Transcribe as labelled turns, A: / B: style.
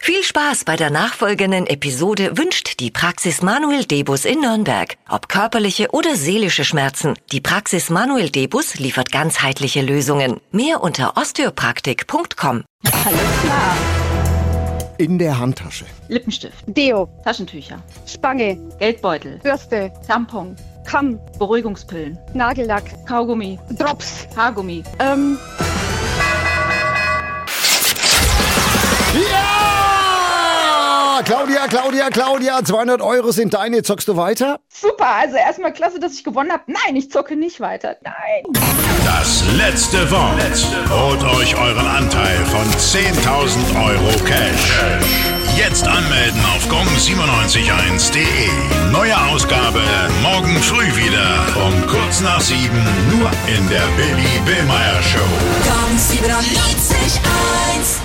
A: Viel Spaß bei der nachfolgenden Episode wünscht die Praxis Manuel Debus in Nürnberg. Ob körperliche oder seelische Schmerzen, die Praxis Manuel Debus liefert ganzheitliche Lösungen. Mehr unter osteopraktik.com.
B: Alles klar.
C: In der Handtasche.
B: Lippenstift,
D: Deo,
B: Taschentücher,
D: Spange,
B: Geldbeutel,
D: Bürste,
B: Tampon,
D: Kamm,
B: Beruhigungspillen,
D: Nagellack,
B: Kaugummi,
D: Drops.
B: Haargummi.
D: Ähm,
C: Ja! Claudia, Claudia, Claudia, 200 Euro sind deine. Zockst du weiter?
E: Super, also erstmal klasse, dass ich gewonnen habe. Nein, ich zocke nicht weiter. Nein.
F: Das letzte Wort. Holt euch euren Anteil von 10.000 Euro Cash. Jetzt anmelden auf gong971.de. Neue Ausgabe morgen früh wieder um kurz nach sieben nur in der Billy Billmeyer Show.
G: Gong 97.1